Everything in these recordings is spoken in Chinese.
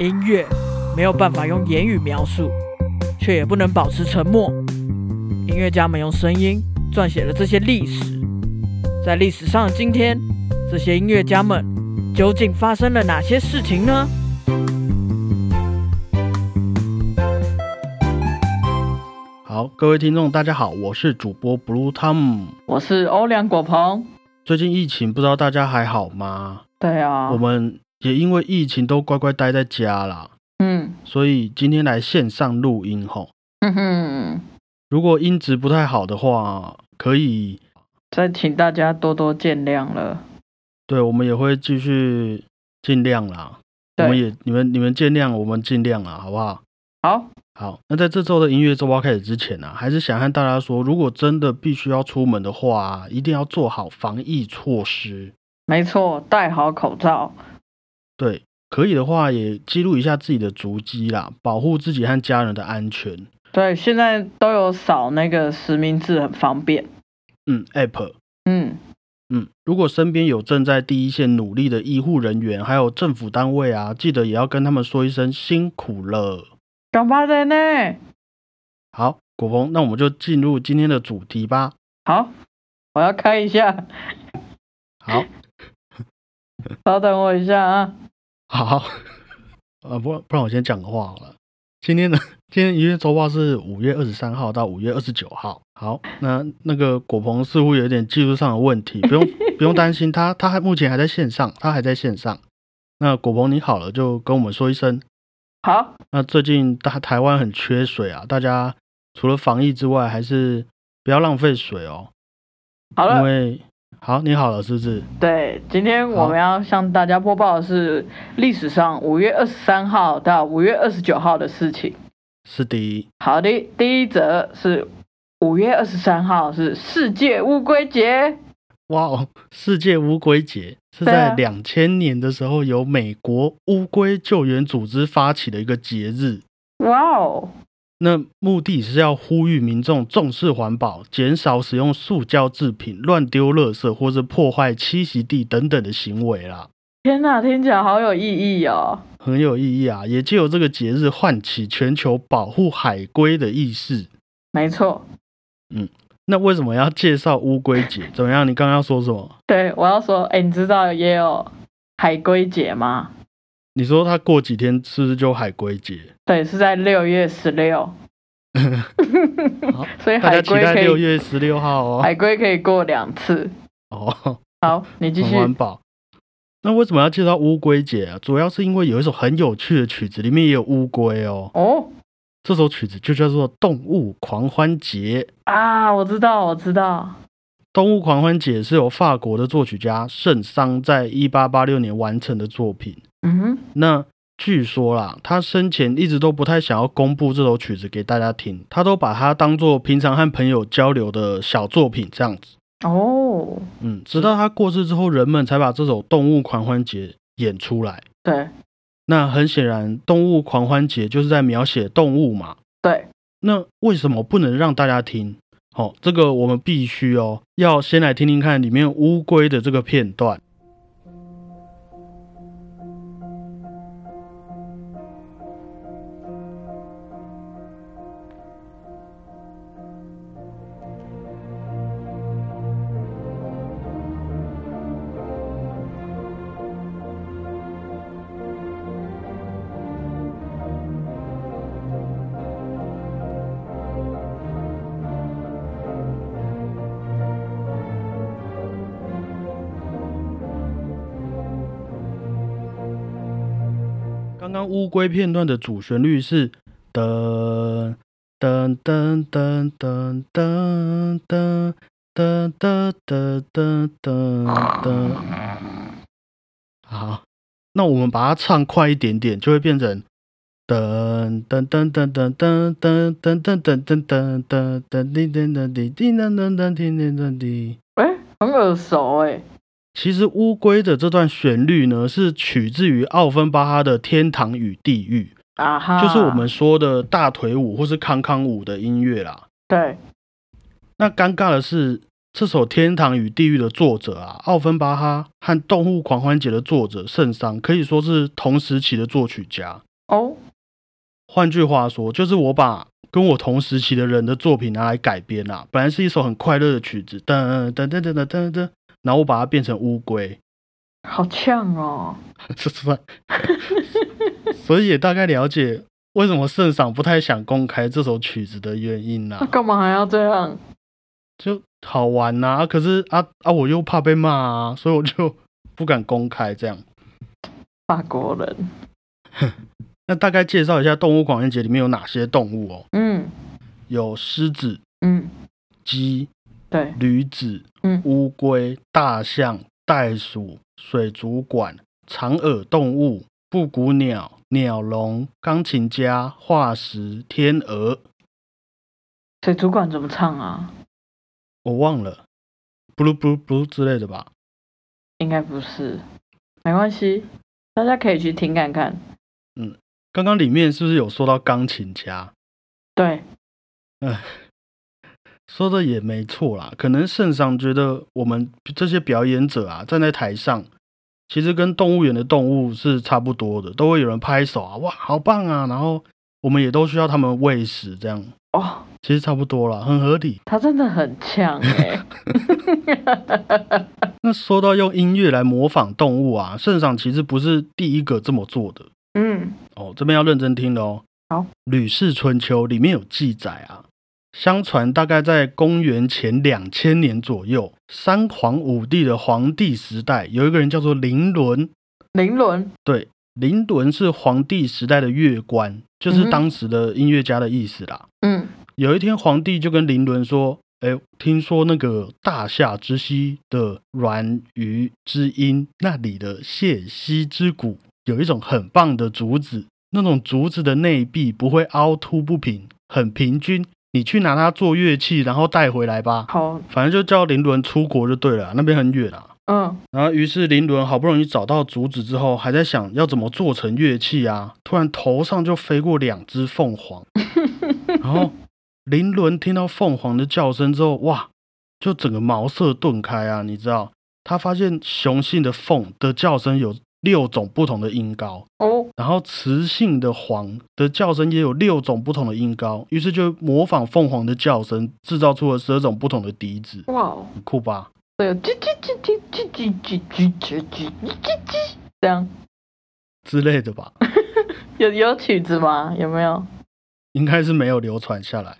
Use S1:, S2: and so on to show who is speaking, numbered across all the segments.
S1: 音乐没有办法用言语描述，却也不能保持沉默。音乐家们用声音撰写了这些历史，在历史上的今天，这些音乐家们究竟发生了哪些事情呢？
S2: 好，各位听众，大家好，我是主播 Blue Tom。
S1: 我是欧良果鹏。
S2: 最近疫情，不知道大家还好吗？
S1: 对啊
S2: 我们也因为疫情都乖乖待在家啦，
S1: 嗯
S2: 所以今天来线上录音吼。
S1: 哼哼，
S2: 如果音质不太好的话，可以，
S1: 再请大家多多见谅了。
S2: 对我们也会继续尽量啦。我们也你们你们见谅，我们尽量啦，好不好？
S1: 好，
S2: 好，那在这周的音乐周报开始之前呢、啊，还是想和大家说，如果真的必须要出门的话啊、一定要做好防疫措施。
S1: 没错，戴好口罩。
S2: 对，可以的话也记录一下自己的足迹啦，保护自己和家人的安全。
S1: 对，现在都有扫那个实名制，很方便。
S2: 嗯，App，
S1: 嗯，
S2: 嗯，如果身边有正在第一线努力的医护人员，还有政府单位啊，记得也要跟他们说一声辛苦了。
S1: 干巴的呢？
S2: 好，果鹏，那我们就进入今天的主题吧。
S1: 好，我要开一下，
S2: 好，
S1: 稍等我一下啊。
S2: 好，呃，不，不然我先讲个话好了。今天呢，今天一月周报是五月二十三号到五月二十九号。好，那那个果鹏似乎有点技术上的问题，不用不用担心，他他还目前还在线上，他还在线上。那果鹏你好了，就跟我们说一声。
S1: 好，
S2: 那最近大台湾很缺水啊，大家除了防疫之外，还是不要浪费水哦。
S1: 好
S2: 因
S1: 了，
S2: 为好，你好了是不是？
S1: 对，今天我们要向大家播报的是历史上五月二十三号到五月二十九号的事情。
S2: 是的，
S1: 好的，第一则是五月二十三号是世界乌龟节，
S2: 哇哦！世界乌龟节是
S1: 对
S2: 在
S1: 啊
S2: 两千年的时候由美国乌龟救援组织发起的一个节日。
S1: 哇哦，
S2: 那目的是要呼吁民众重视环保，减少使用塑胶制品、乱丢垃圾或是破坏栖息地等等的行为啦，
S1: 天哪，听起来好有意义哦。
S2: 很有意义啊！也借由这个节日唤起全球保护海龟的意识。
S1: 没错，
S2: 那为什么要介绍乌龟节？怎么样？你刚刚要说什么？
S1: 对我要说，哎，你知道也有海龟节吗？
S2: 你说它过几天是不是就海龟节？
S1: 对，是在六月十六，
S2: 好，
S1: 所以
S2: 大
S1: 海
S2: 家期
S1: 龟
S2: 待
S1: 可
S2: 六
S1: 以
S2: 月十六 号哦。
S1: 海龟可以过两次。
S2: 哦，
S1: 好，你继
S2: 很
S1: 续。
S2: 环保。那为什么要介绍乌龟节啊？主要是因为有一首很有趣的曲子，里面也有乌龟哦。
S1: 哦
S2: 这首曲子就叫做《动物狂欢节》。《
S1: 啊，我知道，我知道。
S2: 动物狂欢节》是由法国的作曲家圣桑在一八八六年完成的作品。
S1: 嗯哼，
S2: 那据说啦，他生前一直都不太想要公布这首曲子给大家听，他都把它当做平常和朋友交流的小作品这样子。
S1: 哦，
S2: 嗯，直到他过世之后，人们才把这首《动物狂欢节》演出来。
S1: 对
S2: 那很显然，《动物狂欢节》就是在描写动物嘛。
S1: 对，
S2: 那为什么不能让大家听？好、这个我们必须哦，要先来听听看里面乌龟的这个片段。刚刚乌龟片段的主旋律是噔噔噔噔噔噔噔噔噔噔噔噔。好，那我们把它唱快一点点，就会变成噔噔噔噔噔噔噔噔噔噔噔噔噔噔叮噔噔叮叮噔噔噔叮叮噔叮。
S1: 哎，很耳熟哎。
S2: 其实乌龟的这段旋律呢，是取自于奥芬巴哈的《天堂与地狱》，
S3: 啊哈，
S2: 就是我们说的大腿舞或是康康舞的音乐啦。
S3: 对
S2: 那尴尬的是，这首《天堂与地狱》的作者啊，奥芬巴哈和《动物狂欢节》的作者圣桑可以说是同时期的作曲家。
S3: 哦，
S2: 换句话说，就是我把跟我同时期的人的作品拿来改编啦、本来是一首很快乐的曲子，噔噔噔噔噔噔噔，然后我把它变成乌龟，
S3: 好呛哦，
S2: 这算，所以也大概了解为什么圣赏不太想公开这首曲子的原因啦、
S3: 那干嘛还要这样？
S2: 就好玩呐、可是啊啊，我又怕被骂啊，所以我就 不敢公开这样。
S3: 法国人，
S2: 那大概介绍一下《动物狂欢节》里面有哪些动物哦？
S3: 嗯
S2: 有狮子、
S3: 嗯，
S2: 鸡、
S3: 对，
S2: 驴子、
S3: 嗯
S2: 乌龟、大象、袋鼠、水族馆、长耳动物、布谷鸟、鸟笼、钢琴家、化石、天鹅，
S3: 水族馆怎么唱啊？
S2: 我忘了，布鲁布鲁布鲁之类的吧。
S3: 应该不是，没关系，大家可以去听看看。
S2: 刚刚里面是不是有说到钢琴家？
S3: 对，
S2: 说的也没错啦，可能圣上觉得我们这些表演者啊，站在台上，其实跟动物园的动物是差不多的，都会有人拍手啊，哇，好棒啊！然后我们也都需要他们喂食，这样
S3: 哦，
S2: 其实差不多啦，很合理。
S3: 他真的很呛哎、
S2: 那说到用音乐来模仿动物啊，圣上其实不是第一个这么做的
S3: 嗯，
S2: 哦，这边要认真听的哦。
S3: 好
S2: 《吕氏春秋》里面有记载啊，相传大概在公元前两千年左右，三皇五帝的皇帝时代，有一个人叫做林伦。
S3: 林伦，
S2: 对，林伦是皇帝时代的乐官，就是
S3: 嗯
S2: 当时的音乐家的意思啦。
S3: 嗯，
S2: 有一天，皇帝就跟林伦说：“哎，听说那个大夏之西的阮鱼之音，那里的蟹溪之谷有一种很棒的竹子，那种竹子的内壁不会凹凸不平，很平均。你去拿它做乐器，然后带回来吧。
S3: 好，
S2: 反正就叫林伦出国就对了啊，那边很远啊。
S3: 嗯，
S2: 然后，于是林伦好不容易找到竹子之后，还在想要怎么做成乐器啊！突然头上就飞过两只凤凰，然后林伦听到凤凰的叫声之后，哇，就整个茅塞顿开啊！你知道，他发现雄性的凤的叫声有六种不同的音高，
S3: 哦，
S2: 然后雌性的凰的叫声也有六种不同的音高，于是就模仿凤凰的叫声，制造出了十二种不同的笛子，
S3: 哇哦，
S2: 很酷吧？
S3: 对，叽叽叽叽叽叽叽叽叽叽叽叽叽，这样
S2: 之类的吧。
S3: 有有曲子吗？有没有？
S2: 应该是没有流传下来。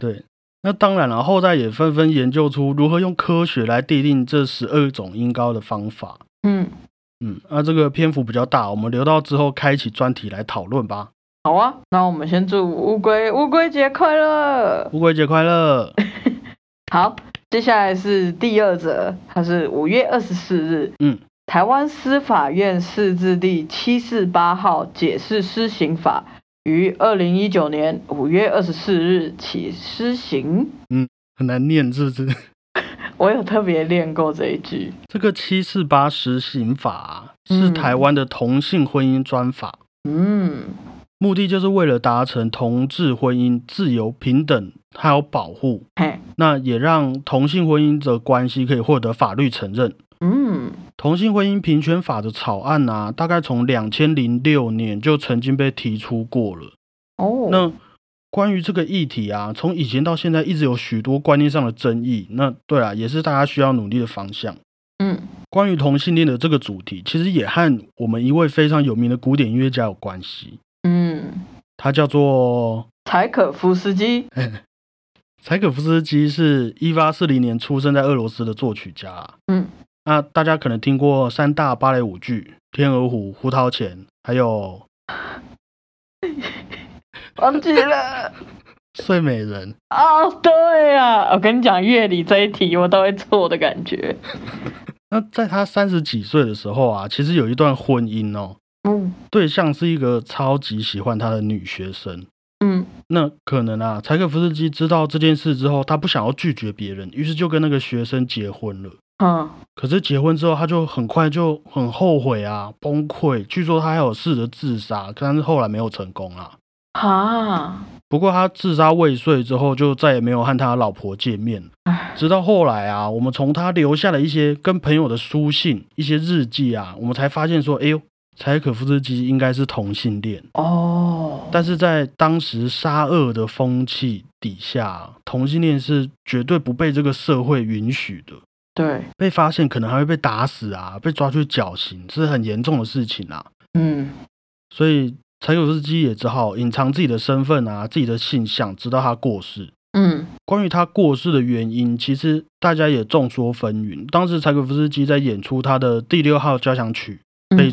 S2: 对，那当然了，后代也纷纷研究出如何用科学来界定这十二种音高的方法。
S3: 嗯，
S2: 嗯，那这个篇幅比较大，我们留到之后开启专题来讨论吧。
S3: 好啊，那我们先祝乌龟乌龟节快乐。
S2: 乌龟节快乐！
S3: 好，接下来是第二则，它是五月二十四日，
S2: 嗯，
S3: 台湾司法院释字第七四八号解释施行法于二零一九年五月二十四日起施行。
S2: 很难念是不是？
S3: 我有特别练过这一句，
S2: 这个七四八实行法、啊、是
S3: 嗯
S2: 台湾的同性婚姻专法，
S3: 嗯，
S2: 目的就是为了达成同志婚姻自由、平等还有保护，
S3: 嘿，
S2: 那也让同性婚姻的关系可以获得法律承认。
S3: 嗯，
S2: 同性婚姻平权法的草案啊，大概从两千零六年就曾经被提出过了。
S3: 哦，
S2: 那关于这个议题啊，从以前到现在一直有许多观念上的争议。那对啊，也是大家需要努力的方向。
S3: 嗯，
S2: 关于同性恋的这个主题，其实也和我们一位非常有名的古典音乐家有关系，
S3: 嗯，
S2: 他叫做
S3: 柴可夫斯基，
S2: 柴可夫斯基，是一八四零年出生在俄罗斯的作曲家啊、
S3: 嗯，
S2: 那大家可能听过三大芭蕾舞剧《天鹅湖》《胡桃钳》，还有
S3: 忘记了。
S2: 《睡美人》。
S3: 哦，对啊，我跟你讲，乐理这一题我都会错的感觉。
S2: 那在他三十几岁的时候啊，其实有一段婚姻哦，
S3: 嗯
S2: 对象是一个超级喜欢他的女学生。
S3: 嗯，
S2: 那可能啊，柴可夫斯基知道这件事之后，他不想要拒绝别人，于是就跟那个学生结婚了。
S3: 嗯，
S2: 可是结婚之后，他就很快就很后悔啊，崩溃。据说他还有试着自杀，但是后来没有成功啊。
S3: 哈，
S2: 不过他自杀未遂之后，就再也没有和他老婆见面。
S3: 唉，
S2: 直到后来啊，我们从他留下的一些跟朋友的书信、一些日记啊，我们才发现说，哎呦，柴可夫斯基应该是同性恋。
S3: 哦，
S2: 但是在当时沙俄的风气底下，同性恋是绝对不被这个社会允许的。
S3: 对，
S2: 被发现可能还会被打死啊，被抓去绞刑，这是很严重的事情啊。
S3: 嗯，
S2: 所以柴可夫斯基也只好隐藏自己的身份啊，自己的性向，直到他过世。
S3: 嗯，
S2: 关于他过世的原因，其实大家也众说纷纭。当时柴可夫斯基在演出他的第六号交响曲《悲怆》
S3: 嗯，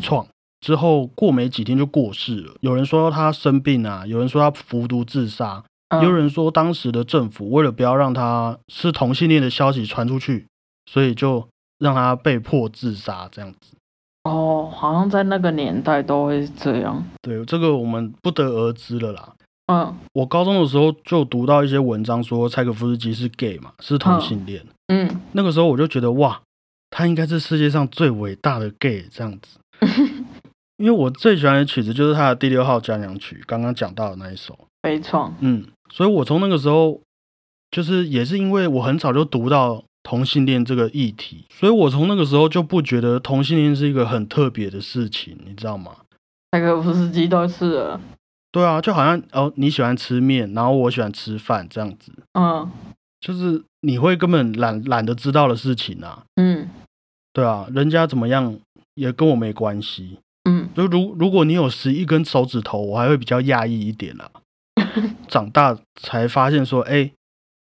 S2: 之后，过没几天就过世了。有人说他生病啊，有人说他服毒自杀，
S3: 嗯
S2: 有人说当时的政府为了不要让他是同性恋的消息传出去，所以就让他被迫自杀这样子。
S3: 哦，好像在那个年代都会这样，
S2: 对，这个我们不得而知了啦。
S3: 嗯
S2: 我高中的时候就读到一些文章说柴可夫斯基是 gay 嘛，是同性恋。
S3: 嗯，
S2: 那个时候我就觉得哇，他应该是世界上最伟大的 gay 这样子。因为我最喜欢的曲子就是他的第六号交响曲，刚刚讲到的那一首。
S3: 悲怆，
S2: 嗯，所以我从那个时候，就是也是因为我很早就读到同性恋这个议题，所以我从那个时候就不觉得同性恋是一个很特别的事情，你知道吗？
S3: 柴可夫斯基都是了，
S2: 对啊，就好像哦，你喜欢吃面，然后我喜欢吃饭这样子，
S3: 嗯
S2: 就是你会根本懒懒得知道的事情啊。
S3: 嗯
S2: 对啊，人家怎么样也跟我没关系。
S3: 嗯，
S2: 就如如果你有十一根手指头，我还会比较讶异一点 啦、长大才发现说，哎、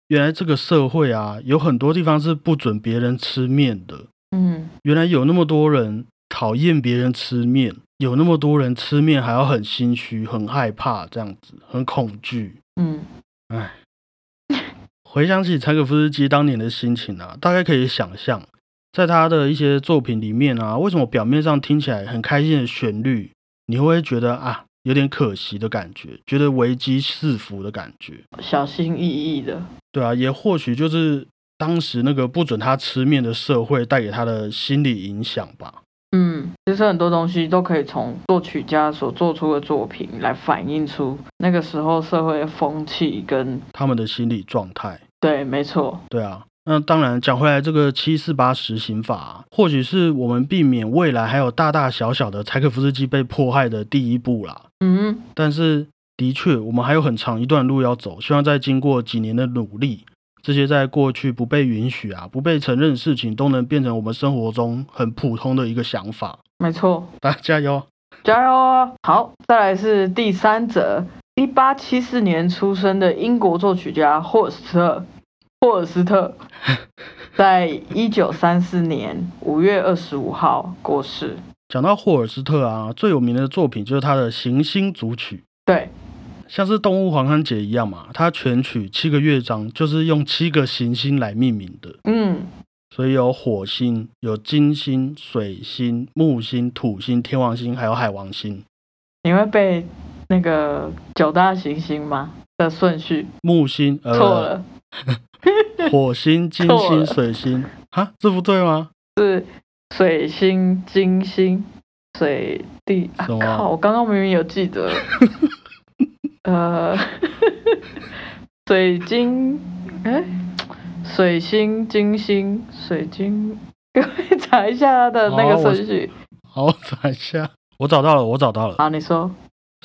S2: 原来这个社会啊，有很多地方是不准别人吃面的。
S3: 嗯
S2: 原来有那么多人讨厌别人吃面，有那么多人吃面还要很心虚、很害怕，这样子很恐惧。
S3: 嗯，
S2: 回想起柴可夫斯基当年的心情啊，大概可以想象，在他的一些作品里面啊，为什么表面上听起来很开心的旋律，你会觉得啊有点可惜的感觉，觉得危机四伏的感觉？
S3: 小心翼翼的，
S2: 对啊，也或许就是当时那个不准他吃面的社会带给他的心理影响吧。
S3: 嗯，其实很多东西都可以从作曲家所做出的作品来反映出那个时候社会的风气跟
S2: 他们的心理状态。
S3: 对，没错，
S2: 对啊，那当然讲回来，这个七四八实行法、啊，或许是我们避免未来还有大大小小的柴可夫斯基被迫害的第一步啦。
S3: 嗯
S2: 但是的确，我们还有很长一段路要走。希望在经过几年的努力，这些在过去不被允许啊、不被承认的事情，都能变成我们生活中很普通的一个想法。
S3: 没错，
S2: 大家加油！
S3: 加油啊！好，再来是第三则，一八七四年出生的英国作曲家霍尔斯特，霍尔斯特，在一九三四年五月二十五号过世。
S2: 讲到霍尔斯特啊，最有名的作品就是他的行星组曲，
S3: 对，
S2: 像是《动物狂欢节》一样嘛，它全曲七个乐章就是用七个行星来命名的。
S3: 嗯，
S2: 所以有火星、有金星、水星、木星、土星、天王星，还有海王星。
S3: 你会背那个九大行星吗？的顺序
S2: 木星呃，
S3: 错了，
S2: 火星、金
S3: 错
S2: 星、
S3: 了
S2: 水星，啊，这不对吗？
S3: 是水星、金星、水地。啊
S2: 什么
S3: 靠！我刚刚明明有记 得，呃，水晶，哎、水星、金星、水晶，各位查一下它的那
S2: 好
S3: 个
S2: 哦我
S3: 顺序。
S2: 好，我找一下，我找到了，我找到了，
S3: 好，你说，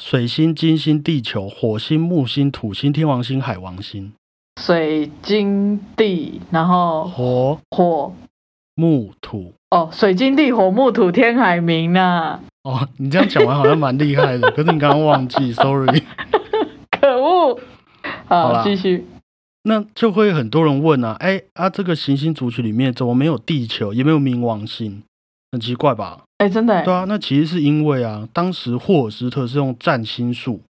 S2: 水星、金星、地球、火星、木星、土星、天王星、海王星，
S3: 水晶地，然后
S2: 火、
S3: 火，
S2: 木、土。
S3: 哦，水晶地火木土天海明啊呐、
S2: 哦，你这样讲完好像蛮厉害的，可 是你刚刚忘记，sorry。
S3: 可恶！
S2: 好
S3: 好，
S2: 啦
S3: 继续。
S2: 那就会很多人问啊，哎啊，这个行星组曲里面怎么没有地球，也没有冥王星？很奇怪吧？
S3: 哎、真的、
S2: 对
S3: 欸，
S2: 啊，那其实是因为啊，当时霍尔斯特是用占星术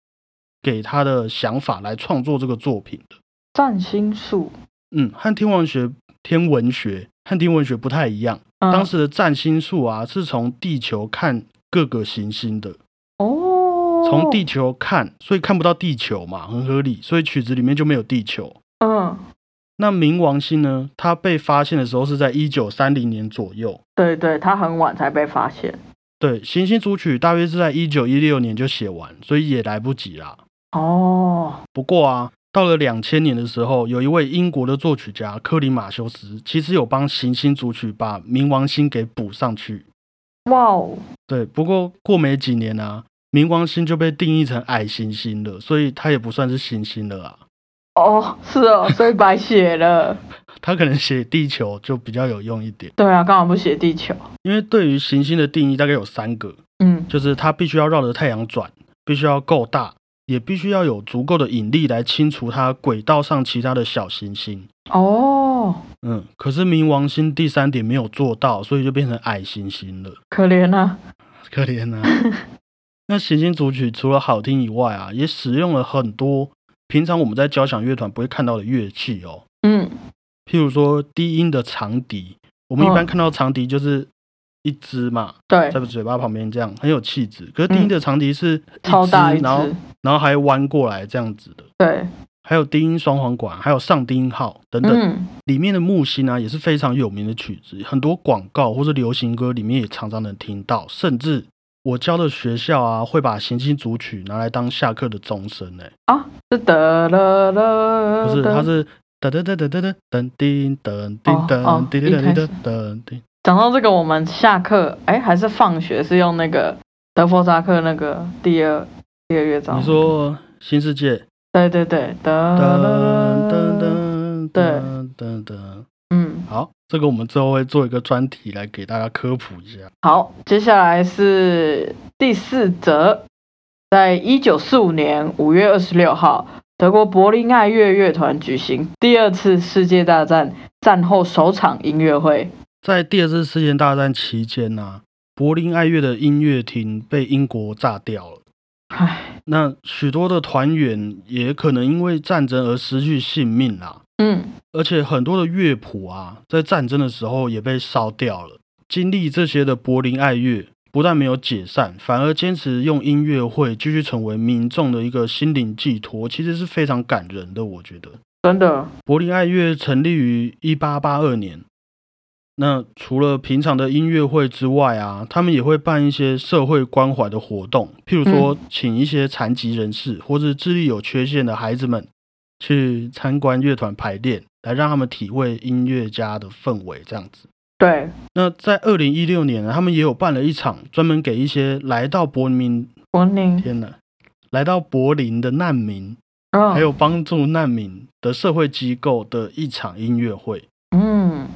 S2: 给他的想法来创作这个作品的。
S3: 占星术。
S2: 嗯，和天文学、天文学和天文学不太一样。
S3: 嗯、
S2: 当时的占星术啊，是从地球看各个行星的，
S3: 哦，
S2: 从地球看，所以看不到地球嘛，很合理。所以曲子里面就没有地球。
S3: 嗯
S2: 那冥王星呢，它被发现的时候是在一九三零年左右。
S3: 对对，它很晚才被发现。
S2: 对，行星组曲大约是在一九一六年就写完，所以也来不及啦。
S3: 哦，
S2: 不过啊，到了两千年的时候，有一位英国的作曲家克里马修斯，其实有帮行星组曲把冥王星给补上去。
S3: 哇哦，
S2: 对，不过过没几年啊，冥王星就被定义成矮行星了，所以它也不算是行星了啊。
S3: 哦，是哦，所以白写了。
S2: 它可能写地球就比较有用一点，
S3: 对啊，干嘛不写地球？
S2: 因为对于行星的定义大概有三个，
S3: 嗯，
S2: 就是它必须要绕着太阳转，必须要够大，也必须要有足够的引力来清除它轨道上其他的小行星。
S3: 哦，
S2: 嗯，可是冥王星第三点没有做到，所以就变成矮行星了，
S3: 可怜啊。
S2: 可怜啊。 那行星组曲除了好听以外啊，也使用了很多平常我们在交响乐团不会看到的乐器哦，
S3: 嗯，
S2: 譬如说低音的长笛，我们一
S3: 哦
S2: 般看到长笛就是一支嘛，
S3: 对
S2: 在，嘴巴旁边这样很有气质。可是低音的长笛是一支
S3: 超大一
S2: 然后
S3: 只，
S2: 然后还弯过来这样子的，
S3: 对，
S2: 还有低音双簧管，还有上低音号等等。
S3: 嗯，
S2: 里面的木星啊也是非常有名的曲子，很多广告或是流行歌里面也常常能听到，甚至我教的学校啊会把行星组曲拿来当下课的钟声呢、
S3: 是得了了，
S2: 不是，
S3: 得
S2: 它是噔噔噔噔噔噔噔叮噔叮
S3: 哦哦
S2: 噔叮
S3: 一
S2: 叮
S3: 开
S2: 噔噔
S3: 始
S2: 噔叮，
S3: 讲到这个，我们下课哎还是放学是用那个德弗扎克那个第二第二乐章。
S2: 你说新世界
S3: 对对对，得
S2: 噔
S3: 了
S2: 噔噔
S3: 呃对
S2: 噔噔噔，
S3: 嗯，
S2: 好，这个我们之后会做一个专题来给大家科普一下。
S3: 好，接下来是第四则，在一九四五年五月二十六号，德国柏林爱乐乐团举行第二次世界大战战后首场音乐会。
S2: 在第二次世界大战期间呢、柏林爱乐的音乐厅被英国炸掉了。
S3: 唉，
S2: 那许多的团员也可能因为战争而失去性命啦，
S3: 嗯，
S2: 而且很多的乐谱啊，在战争的时候也被烧掉了。经历这些的柏林爱乐不但没有解散，反而坚持用音乐会继续成为民众的一个心灵寄托，其实是非常感人的。我觉得
S3: 真的，
S2: 柏林爱乐成立于一八八二年。那除了平常的音乐会之外啊，他们也会办一些社会关怀的活动，譬如说请一些残疾人士或是智力有缺陷的孩子们去参观乐团排练，来让他们体会音乐家的氛围这样子。
S3: 对，
S2: 那在二零一六年呢，他们也有办了一场专门给一些来到柏林
S3: 柏林，
S2: 天呐，来到柏林的难民
S3: 嗯，
S2: 还有帮助难民的社会机构的一场音乐会。
S3: 嗯，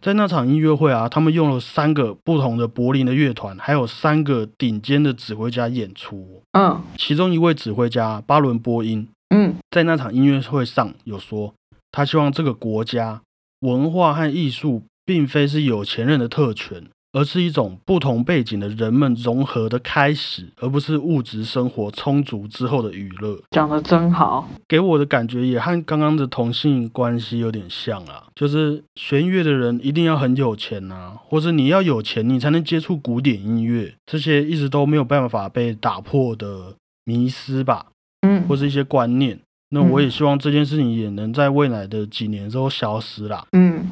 S2: 在那场音乐会啊，他们用了三个不同的柏林的乐团，还有三个顶尖的指挥家演出。
S3: 嗯
S2: 其中一位指挥家巴伦波音
S3: 嗯
S2: 在那场音乐会上有说，他希望这个国家文化和艺术并非是有钱人的特权，而是一种不同背景的人们融合的开始，而不是物质生活充足之后的娱乐。
S3: 讲的真好。
S2: 给我的感觉也和刚刚的同性关系有点像啊，就是学音乐的人一定要很有钱啊，或是你要有钱，你才能接触古典音乐这些一直都没有办法被打破的迷思吧，
S3: 嗯
S2: 或是一些观念。那我也希望这件事情也能在未来的几年之后消失啦。
S3: 嗯，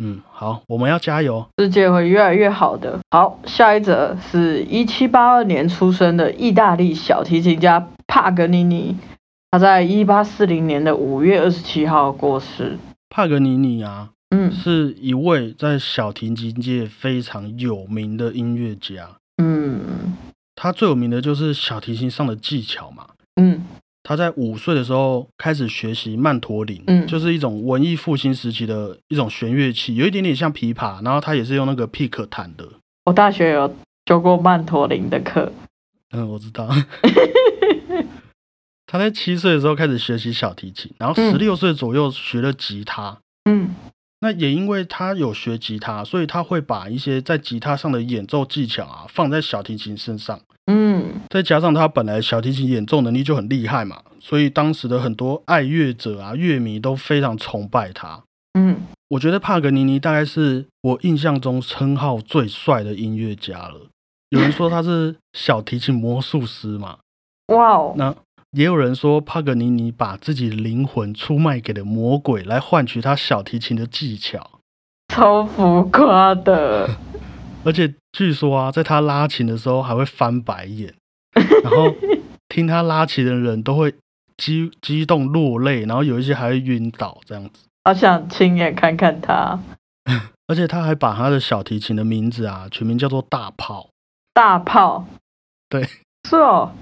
S2: 嗯，好，我们要加油。
S3: 世界会越来越好的。好，下一则是一七八二年出生的意大利小提琴家帕格尼尼，他在一八四零年的五月二十七号过世。
S2: 帕格尼尼啊，
S3: 嗯
S2: 是一位在小提琴界非常有名的音乐家，
S3: 嗯
S2: 他最有名的就是小提琴上的技巧嘛。
S3: 嗯
S2: 他在五岁的时候开始学习曼陀林，
S3: 嗯
S2: 就是一种文艺复兴时期的一种弦乐器，有一点点像琵琶，然后他也是用那个 pick 弹的。
S3: 我大学有修过曼陀林的课。
S2: 嗯，我知道。 他在七岁的时候开始学习小提琴，然后
S3: 嗯
S2: 十六岁左右学了吉他。
S3: 嗯
S2: 那也因为他有学吉他，所以他会把一些在吉他上的演奏技巧啊放在小提琴身上。
S3: 嗯
S2: 再加上他本来小提琴演奏能力就很厉害嘛，所以当时的很多爱乐者啊、乐迷都非常崇拜他。
S3: 嗯
S2: 我觉得帕格尼尼大概是我印象中称号最帅的音乐家了。有人说他是小提琴魔术师嘛？
S3: 哇哦，
S2: 那也有人说，帕格尼尼把自己灵魂出卖给了魔鬼，来换取他小提琴的技巧。
S3: 超浮夸的，
S2: 而且据说啊，在他拉琴的时候还会翻白眼，然后听他拉琴的人都会激激动落泪，然后有一些还会晕倒这样子。
S3: 好想亲眼看看他
S2: 而且他还把他的小提琴的名字啊，取名叫做大炮。
S3: 大炮。
S2: 对，
S3: 是哦，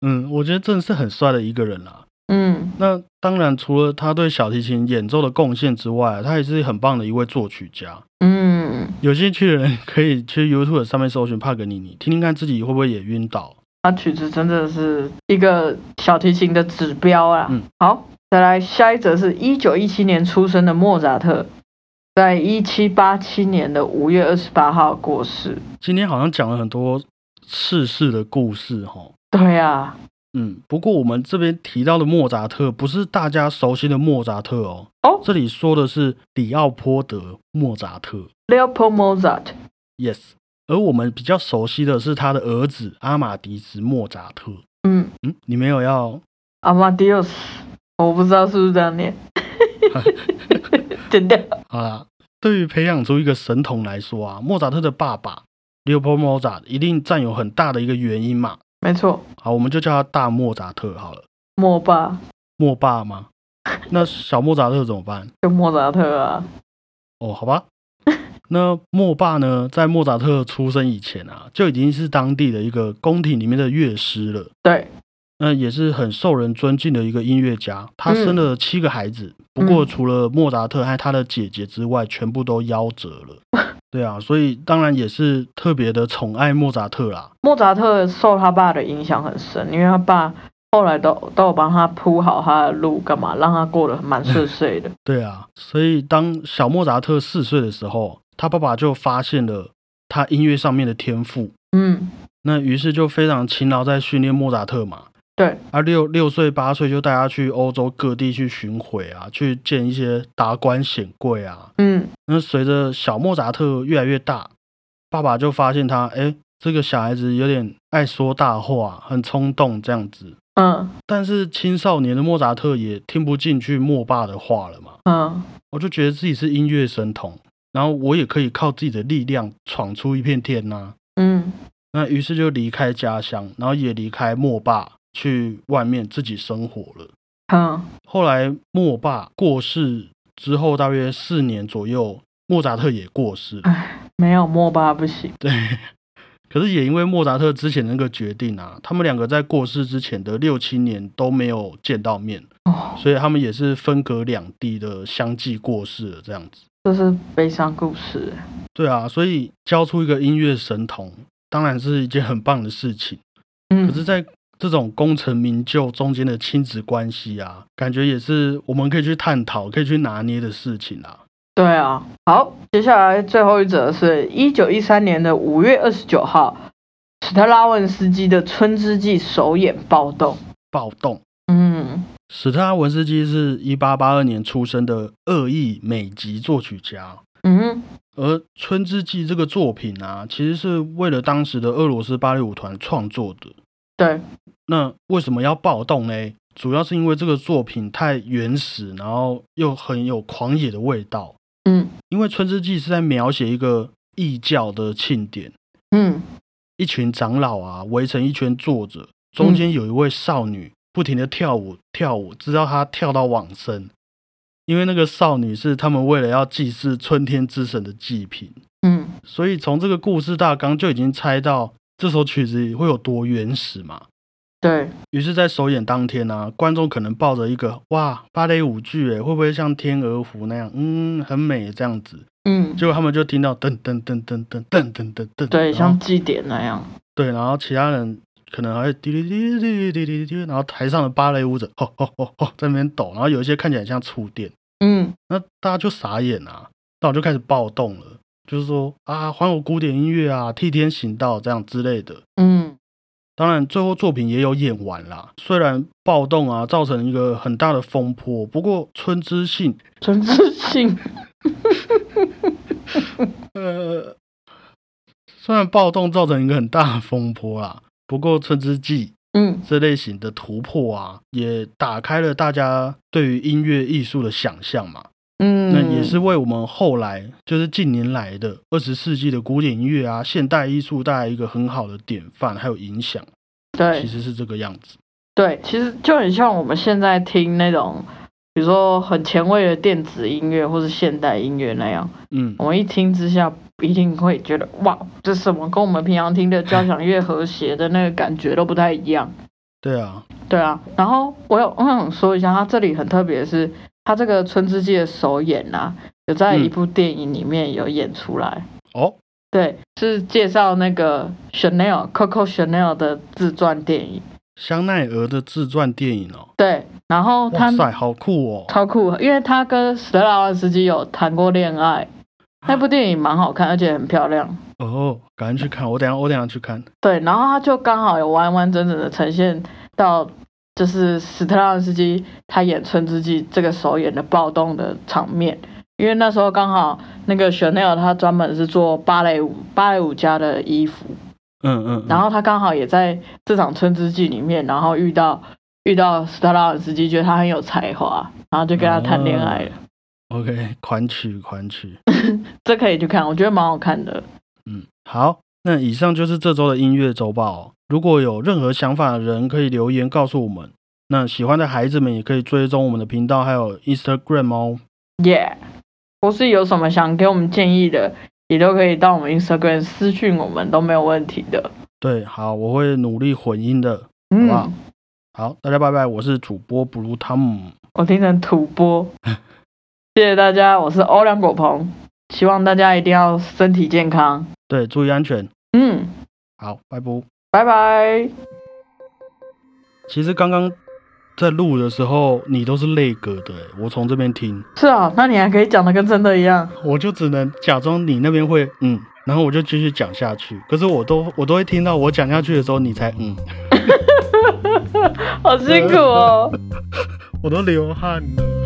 S2: 嗯，我觉得真的是很帅的一个人啦、啊
S3: 嗯，
S2: 那当然，除了他对小提琴演奏的贡献之外，他也是很棒的一位作曲家。
S3: 嗯，
S2: 有兴趣的人 可以去 YouTube 上面搜寻帕格尼尼，听听看自己会不会也晕倒。
S3: 他曲子真的是一个小提琴的指标啊。
S2: 嗯
S3: 好，再来下一则是一九一七年出生的莫扎特，在一七八七年的五月二十八号过世。
S2: 今天好像讲了很多逝世的故事哈，
S3: 对啊，
S2: 嗯，不过我们这边提到的莫扎特不是大家熟悉的莫扎特哦，
S3: 哦
S2: 这里说的是里奥波德莫扎特
S3: Leopold Mozart，
S2: ，yes。而我们比较熟悉的是他的儿子阿马迪斯莫扎特，
S3: 嗯
S2: 嗯，你没有要
S3: ，Amadeus，我不知道是不是这样 念，剪掉。
S2: 好啦，对于培养出一个神童来说啊，莫扎特的爸爸 Leopold Mozart 一定占有很大的一个原因嘛。
S3: 没错，
S2: 好，我们就叫他大莫扎特好了，
S3: 莫爸
S2: 莫爸吗？那小莫扎特怎么办？
S3: 就莫扎特啊，
S2: 哦，好吧。 那莫爸呢，在莫扎特出生以前啊，就已经是当地的一个宫廷里面的乐师了，
S3: 对，
S2: 那也是很受人尊敬的一个音乐家。他生了七个孩子，不过除了莫扎特和他的姐姐之外，全部都夭折了。 对啊，所以当然也是特别的宠爱莫扎特啦。
S3: 莫扎特受他爸的影响很深，因为他爸后来都都有帮他铺好他的路，干嘛让他过得蛮顺遂的。
S2: 对啊，所以当小莫扎特四岁的时候，他爸爸就发现了他音乐上面的天赋，
S3: 嗯，
S2: 那于是就非常勤劳在训练莫扎特嘛。
S3: 对，
S2: 啊，六六岁八岁就带他去欧洲各地去巡回啊，去见一些达官显贵啊。
S3: 嗯，
S2: 那随着小莫扎特越来越大，爸爸就发现他，哎，这个小孩子有点爱说大话，很冲动这样子。
S3: 嗯
S2: 但是青少年的莫扎特也听不进去莫爸的话了嘛，
S3: 嗯，
S2: 我就觉得自己是音乐神童，然后我也可以靠自己的力量闯出一片天呐、
S3: 嗯，
S2: 那于是就离开家乡，然后也离开莫爸，去外面自己生活了。
S3: 嗯，
S2: 后来莫爸过世之后，大约四年左右，莫扎特也过世。
S3: 没有莫巴不行。
S2: 对， 可是也因为莫扎特之前那个决定啊，他们两个在过世之前的六七年都没有见到面，
S3: 哦，
S2: 所以他们也是分隔两地的相继过世了。这样子，
S3: 这是悲伤故事。欸
S2: 对啊，所以教出一个音乐神童，当然是一件很棒的事情。可是，
S3: 嗯，
S2: 在这种功成名就中间的亲子关系啊，感觉也是我们可以去探讨、可以去拿捏的事情啊。
S3: 对啊。好，接下来最后一则是一九一三年的五月二十九号，史特拉文斯基的《春之祭》首演暴动。
S2: 暴动，
S3: 嗯，
S2: 史特拉文斯基是一八八二年出生的恶意美籍作曲家，
S3: 嗯，
S2: 而《春之祭》这个作品啊，其实是为了当时的俄罗斯芭蕾舞团创作的。
S3: 对，
S2: 那为什么要暴动呢？主要是因为这个作品太原始，然后又很有狂野的味道。
S3: 嗯
S2: 因为《春之祭》是在描写一个异教的庆典，
S3: 嗯
S2: 一群长老啊围成一圈坐着，中间有一位少女不停的跳舞跳舞，直到她跳到往生。因为那个少女是他们为了要祭祀春天之神的祭品，
S3: 嗯，
S2: 所以从这个故事大纲就已经猜到这首曲子会有多原始嘛。
S3: 对，
S2: 于是，在首演当天啊，观众可能抱着一个哇，芭蕾舞剧欸诶，会不会像《天鹅湖》那样，嗯，很美这样子？
S3: 嗯，
S2: 结果他们就听到噔噔噔噔噔噔噔噔噔，
S3: 对，
S2: 然后
S3: 像祭典那样。
S2: 对，然后其他人可能还会滴滴滴滴滴滴滴，然后台上的芭蕾舞者吼吼吼吼在那边抖，然后有一些看起来很像触电，
S3: 嗯，
S2: 那大家就傻眼啊，那我就开始暴动了，就是说啊，还我古典音乐啊，替天行道这样之类的。
S3: 嗯
S2: 当然，最后作品也有演完啦。虽然暴动啊造成一个很大的风波，不过春之信，，
S3: 陈志信，
S2: 呃，虽然暴动造成一个很大的风波啦，不过春之祭
S3: 嗯
S2: 这类型的突破啊，也打开了大家对于音乐艺术的想象嘛。
S3: 嗯，
S2: 那也是为我们后来，就是近年来的二十世纪的古典音乐啊、现代艺术带来一个很好的典范，还有影响，
S3: 对
S2: 其实是这个样子。
S3: 对，其实就很像我们现在听那种，比如说很前卫的电子音乐或是现代音乐那样，
S2: 嗯，
S3: 我们一听之下一定会觉得哇，这什么跟我们平常听的交响乐和谐的那个感觉都不太一样。
S2: 对啊，
S3: 对啊，然后我有我想说一下，它这里很特别的是，它这个春之祭的首演啊，有在
S2: 嗯
S3: 一部电影里面有演出来。
S2: 哦，
S3: 对，是介绍那个 Chanel Coco Chanel 的自传电影。
S2: 香奈儿的自传电影哦，
S3: 对，然后他
S2: 哇塞，好酷哦！
S3: 超酷的，因为他跟史特拉文斯基有谈过恋爱，那部电影蛮好看，而且很漂亮。
S2: 哦，赶紧去看，我等一下我等一下去看。
S3: 对，然后他就刚好有完完整整的呈现到，就是史特拉文斯基他演《春之祭》这个首演的暴动的场面，因为那时候刚好那个 Chanel 他专门是做芭蕾舞芭蕾舞家的衣服，
S2: 嗯嗯，
S3: 然后他刚好也在这场春之祭里面，然后遇到遇到斯特拉文斯基，觉得他很有才华，然后就跟他谈恋爱了。
S2: 嗯 OK，款曲款曲，
S3: 这可以去看，我觉得蛮好看的。
S2: 嗯，好，那以上就是这周的音乐周报哦。如果有任何想法的人，可以留言告诉我们。那喜欢的孩子们也可以追踪我们的频道，还有 Instagram 哦。
S3: 耶、或是有什么想给我们建议的，也都可以到我们 Instagram 私讯我们，都没有问题的。
S2: 对，好，我会努力混音的。好吧
S3: 嗯，
S2: 好，大家拜拜，我是主播 Blue Tom，
S3: 我听成土播。 谢谢大家，我是欧良果鹏，希望大家一定要身体健康。
S2: 对，注意安全。
S3: 嗯，
S2: 好，拜拜。
S3: 拜拜。
S2: 其实刚刚在录的时候，你都是泪哥的，欸我从这边听，
S3: 是啊，那你还可以讲的跟真的一样。
S2: 我就只能假装你那边会嗯，然后我就继续讲下去。可是我都我都会听到我讲下去的时候，你才嗯，
S3: 好辛苦哦。
S2: 我都流汗了。